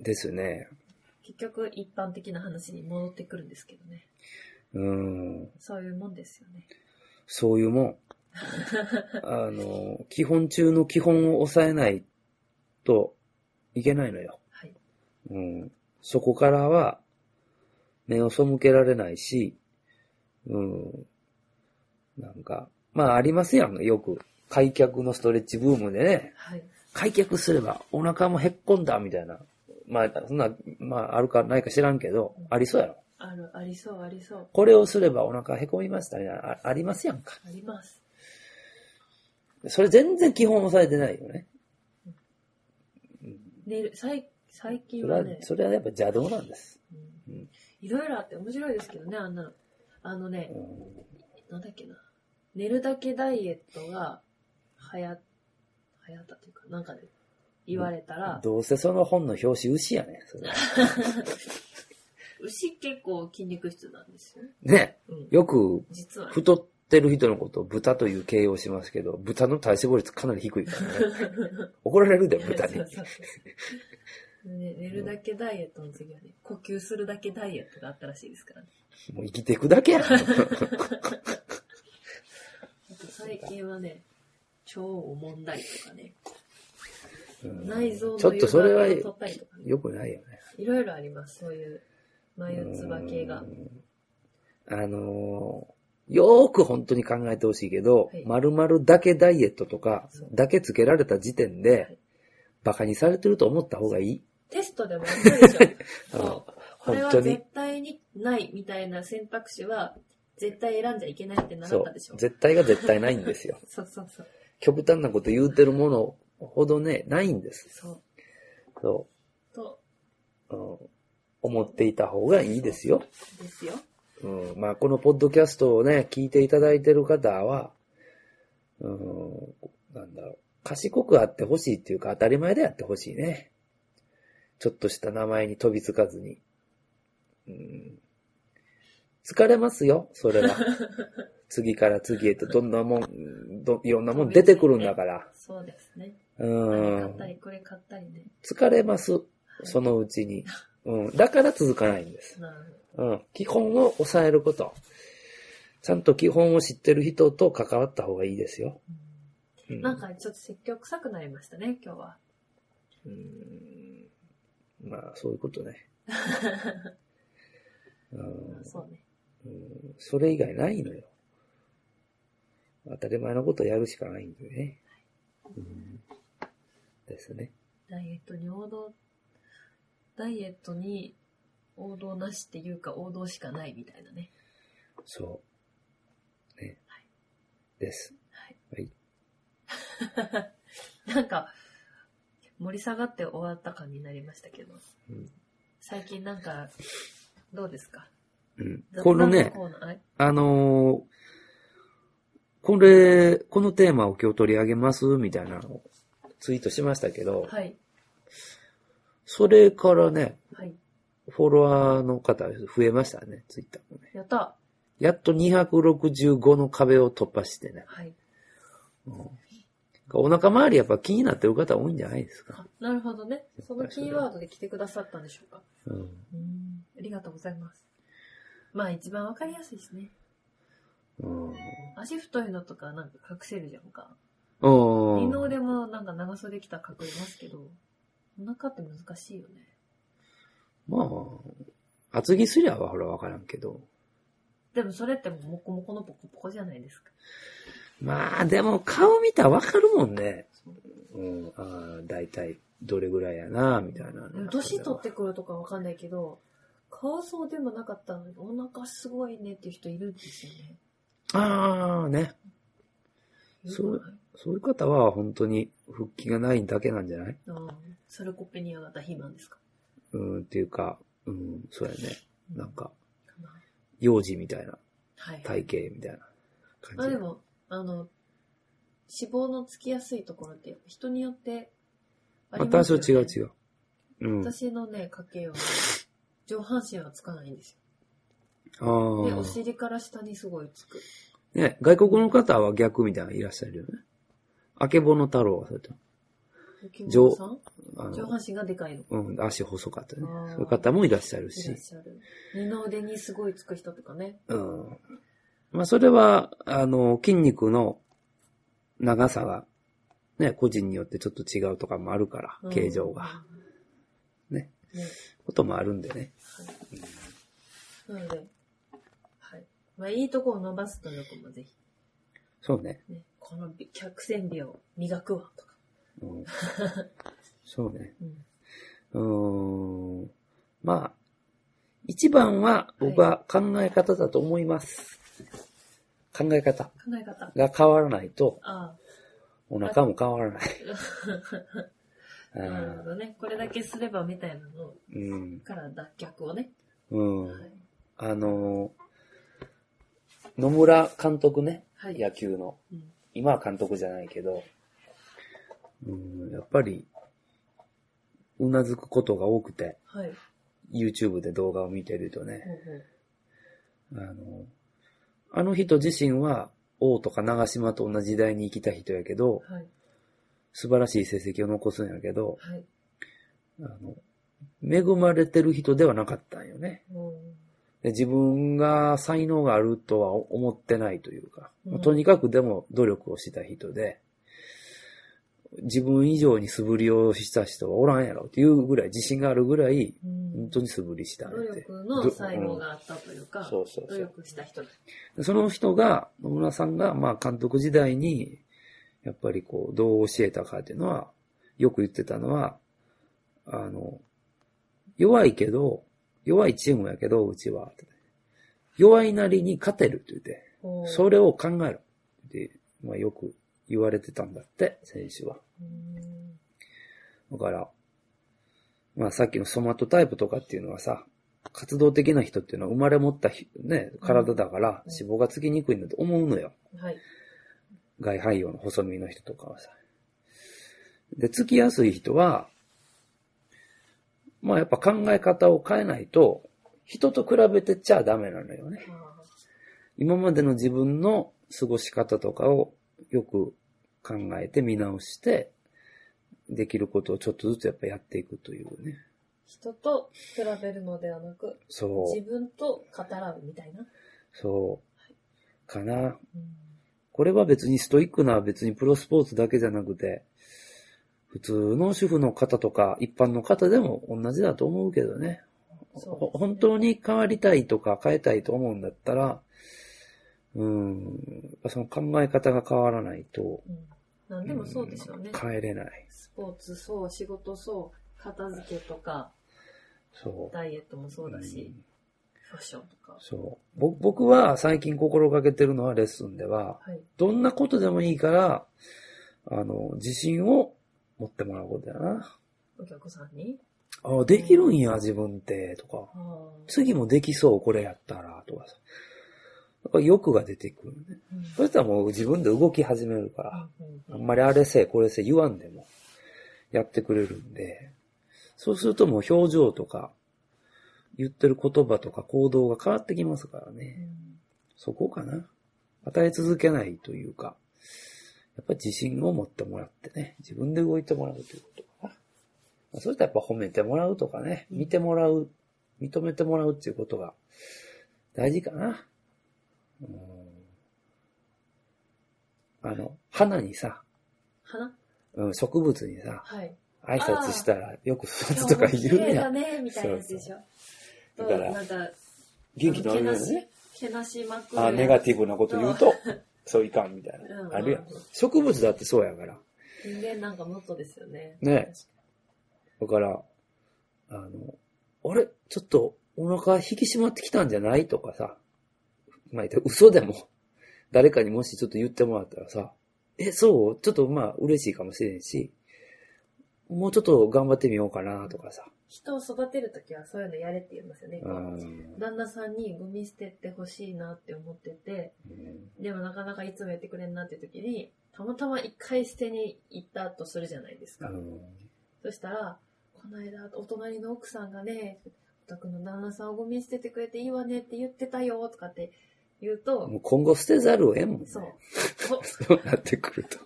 ですね。結局一般的な話に戻ってくるんですけどね。うん。そういうもんですよね。そうい うもん。あの、基本中の基本を抑えないといけないのよ。はい。うん。そこからは、目を背けられないし、うん。なんか、まあありますやん、よく。開脚のストレッチブームでね、はい。開脚すればお腹もへっこんだ、みたいな。まあ、そんな、まああるかないか知らんけど、ありそうやろ。ある、ありそう、ありそう。これをすればお腹へこみましたね。あありますやんか。あります。それ全然基本抑えてないよね。寝る、最、最近それははね、、それはやっぱ邪道なんです。うんうんいろいろあって面白いですけどね、あんなの。あのねう、んなんだっけな。寝るだけダイエットが流行、流行ったというか、なんかで言われたら、どうせその本の表紙牛やね。それは牛結構筋肉質なんですよね。ね。うん。よく実は、太ってる人のことを豚という形容しますけど、豚の体脂肪率かなり低いから ね。怒られるで、豚にそう。そうそうね、寝るだけダイエットの次はね、呼吸するだけダイエットがあったらしいですからね。もう生きていくだけや。あと最近はね、腸を揉んだりとかね、うん 内臓のちょっとそれは歪みを取ったりとかね、良くないよね。いろいろあります、そういう眉唾系がう。んあのーよーく本当に考えてほしいけど、はい丸々だけダイエットとかそう、だけつけられた時点はいで、馬鹿にされてると思った方がいい。テストでもあったでしょ。 うんそうこれは本当に絶対にないみたいな選択肢は、絶対選んじゃいけないって習そっうたでしょ。。。絶対が絶対ないんですよ そうそうそう。極端なこと言うてるものほどね、ないんです。そう。そと、う。うん思っていた方がいいですよ。ですよ。うん、まあ、このポッドキャストをね、聞いていただいてる方は、うん、なんだろう、賢くあってほしいっていうか、当たり前であってほしいね。ちょっとした名前に飛びつかずに。うん、疲れますよ、それ は。次から次へとどんなもん、どいろんなもん出てくるんだから。そうですね。うあれ買んっ、たり、これ買ったりね。疲れます、そのうちに。うん、だから続かないんです。なるうん。基本を抑えること。ちゃんと基本を知ってる人と関わった方がいいですよ。ほどうなん、かちょっと説教臭くなりましたね、今日は。うんまあ、そういうこ とね。うんそうね。うんそれ以外ないのよ。当たり前のことをやるしかないんでね。うんですね。ダイエットに王道、ダイエットに王道なしっていうか王道しかないみたいなね。そう。ね。です。はい。はい。なんか、盛り下がって終わった感になりましたけどうん。最近なんか、どうですかうん。この雑、ね談コーナーあのーこれ、このテーマを今日取り上げますみたいなのをツイートしましたけど、はい。それからね、はい。フォロワーの方増えましたね、ツイッターもね。やった。やっと265の壁を突破してね。はい。お腹周りやっぱ気になってる方多いんじゃないですか。あなるほどね。そのキーワードで来てくださったんでしょうか。うん。うん。ありがとうございます。まあ一番わかりやすいですね。うん。足太いのとかなんか隠せるじゃんか。うん二の腕もなんか長袖着たら隠れますけど、お腹って難しいよね。まあ、厚着すりゃはほらわからんけど。でもそれってもうモコモコのポコポコじゃないですか。まあ、でも顔見たらわかるもんね。そううん。ああ、だいたいどれぐらいやな、みたいな、うん年取ってくるとかわかんないけど、顔そうでもなかったのにお腹すごいねっていう人いるんですよね。ああ、ね。いるそかうそういう方は本当に復帰がないだけなんじゃないなうん。サルコペニア型肥満ですかうん、っていうか、うん、そうやね。なんか、かな幼児みたいな、はい。体型みたいな感じ。まあでも、あの、脂肪のつきやすいところって人によってありま私すはよ違ねう違う。うん。あ私のね、家系はね、上半身はつかないんですあよ。で、おー。尻から下にすごいつく。ね、外国の方は逆みたいなのいらっしゃるよね。あけぼの太郎はそうやった。雪村さんあ上の、半身がでかいの。うん、足細かったねあ。ーそういう方もいらっしゃるいらしっ。しゃる。二の腕にすごいつく人とかね。うん。まあ、それは、あの、筋肉の長さが、ね、個人によってちょっと違うとかもあるかうら、ん形状が、。ね、ねこともあるんでね。なので、はい。まあ、いいとこを伸ばす努力もぜそうね。ひ、ね。この客船美を磨くわ、とか。 うん、そうね。うん。うーん。まあ、一番は僕は考え方だと思います。考え方考え方。が変わらないと、あお腹も変わら ない。あ、なるほどね。これだけすればみたいなのうん。から脱却をね。うん。はい。あのー野村監督ね、はい。野球の。うん今は監督じゃないけど、うん、やっぱり、うなずくことが多くて、はい。ほ YouTube で動画を見てるとね、うほうあの、あの人自身は、王とか長島と同じ時代に生きた人やけど、はい。素晴らしい成績を残すんやけど、はい。あの、恵まれてる人ではなかったんよね。うんで自分が才能があるとは思ってないというか、うんとにかくでも努力をした人で、自分以上に素振りをした人はおらんやろっていうぐらい、自信があるぐらい、うん本当に素振りしたって。努力の才能があったといううんか、そうそう努そう。力した人だ。でその人が、野村さんが、まあ、監督時代に、やっぱりこう、どう教えたかっていうのは、よく言ってたのは、あの、弱いけど、弱いチームやけど、うちは、って弱いなりに勝てるって言って、ほうそれを考えろって、まあ、よく言われてたんだって、選手は。うんだから、まあさっきのソマトタイプとかっていうのはさ、活動的な人っていうのは生まれ持ったひ、ね、体だからうん脂肪がつきにくいんだと思うのよ。はい。外肺葉の細身の人とかはさ。で、つきやすい人は、まあやっぱ考え方を変えないと、人と比べてちゃダメなのよね。ああ今までの自分の過ごし方とかをよく考えて見直して、できることをちょっとずつやっぱやっていくというね。人と比べるのではなく、そ自う。分と語らうみたいな。そう。かな。うんこれは別にストイックな別にプロスポーツだけじゃなくて、普通の主婦の方とか一般の方でも同じだと思うけどね。そうほ本当に変わりたいとか変えたいと思うんだったら、うん、やっぱその考え方が変わらないと、うん何でもそうでしょうね。変えれない。スポーツそう、仕事そう、片付けとか、そう。ダイエットもそうだうしん、ファッションとか。そう。ぼ僕は最近心がけてるのはレッスンでは、はい。どんなことでもいいから、あの、自信を持ってもらうことやな。お客さんに。あできるんや、自分って、とか。ああ。次もできそう、これやったら、とかさ。やっぱ欲が出てくるね。うんそしたらもう自分で動き始めるから、うんうんあんうんまりあれせえ、これせえ言わんでも、やってくれるんで、そうするともう表情とか、言ってる言葉とか行動が変わってきますからね。そこかな。与え続けないというか、やっぱ自信を持ってもらってね、自分で動いてもらうということかな。まあそれとやっぱ褒めてもらうとかね、うん見てもらう、認めてもらうっていうことが大事かな。うんあの、花にさ、花うん、植物にさ、はい。挨拶したらよく育つとか今日も言う綺麗やだん。ね、みたいなやつでしょ。そうそうとだからなんか、元気のあるようなね。けなしまくる。あネガティブなこと言うと、そういかんみたいうんうんな。あるやん。植物だってそうやから。人間なんかもっとですよね。ね。だから、あの、あれちょっとお腹引き締まってきたんじゃないとかさ。まあ、嘘でも、 誰かにもしちょっと言ってもらったらさ、え、そうちょっとまあ嬉しいかもしれんし、もうちょっと頑張ってみようかなとかさ。人を育てるときはそういうのやれって言いますよね。うん。旦那さんにゴミ捨ててほしいなって思ってて、でもなかなかいつもやってくれんなって時に、たまたま一回捨てに行ったとするじゃないですあか。の、そしたら、この間、お隣の奥さんがね、お宅の旦那さんをゴミ捨ててくれていいわねって言ってたよとかって言うと、もう今後捨てざるを得んもんね。そう。お、 そうなってくると。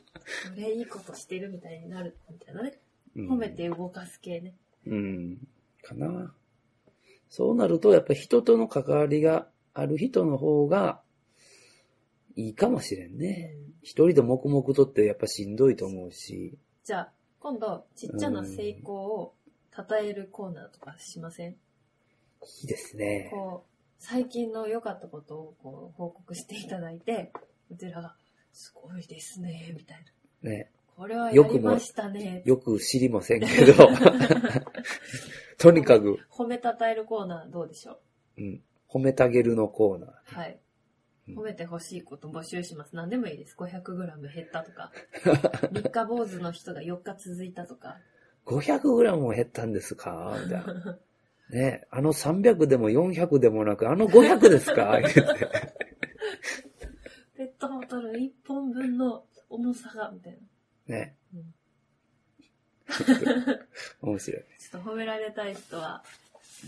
俺いいことしてるみたいになる、みたいなね。うん褒めて動かす系ね。うん。かな。そうなると、やっぱ人との関わりがある人の方がいいかもしれんね。一人で黙々とってやっぱしんどいと思うし。じゃあ、今度、ちっちゃな成功を称えるコーナーとかしませんいいですね。こう、最近の良かったことをこう報告していただいて、うちらが、すごいですね、みたいな。ね。これはやりましたね。よく知りませんけど。とにかく、褒めたたえるコーナーどうでしょううん、褒めたげるのコーナー。はい。うん褒めてほしいこと募集します。何でもいいです。500g 減ったと か。3日坊主の人が4日続いたとか。 500g も減ったんですかみたいな。ねあの300でも400でもなく、あの500ですか言うてペットボトル1本分の重さが、みたいな。ねうん。面白い。ちょっと褒められたい人は、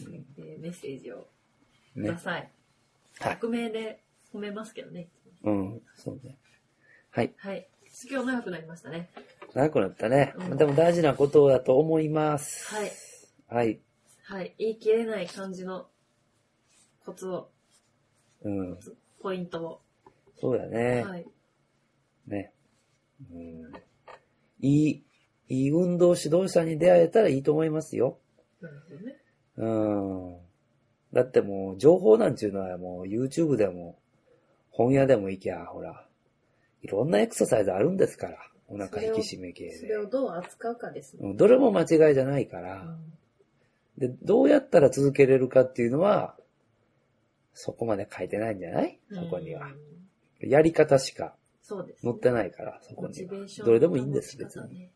うんえーメッセージをくねだ。さい。はい。匿名で褒めますけどね。うん、そうね。はい。はい。今日長くなりましたね。長くなったね。うんでも大事なことだと思います。はい。はい。はい。言い切れない感じのコツを、うん。ポイントを。そうだね。はい。ね。うん。いい、いい運動指導者に出会えたらいいと思いますよ。なるほどね。うん。だってもう、情報なんていうのはもう YouTube でも、本屋でも行きゃ、ほら、いろんなエクササイズあるんですから。お腹引き締め系そでれ。をどう扱うかですね。うんどれも間違いじゃないから。で、どうやったら続けれるかっていうのは、そこまで書いてないんじゃないそこにはう。んやり方しかそうです、載ってないから、そこモにチはベーショ。ンどれでもいいんです、の保別ち方に。ね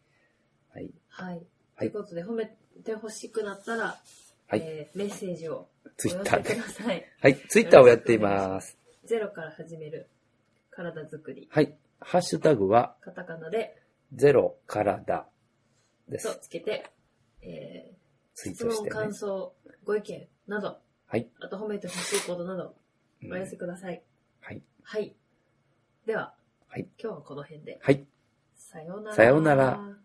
はい。はい。ということで、褒めてほしくなったら、はいえーメッセージをツイッお寄タせーでく。ださい。はい。ツイッターをやっています。 ゼロから始める体づくり。はい。ハッシュタグは、カタカナで、ゼロからだでとす。つけて、えツーイー質トし問、てね感。想、ご意見など、はい。あと褒めてほしいことなど、うんお寄せください。はい。はい。では、はい今日はこの辺で。はい。さようなら。さようなら。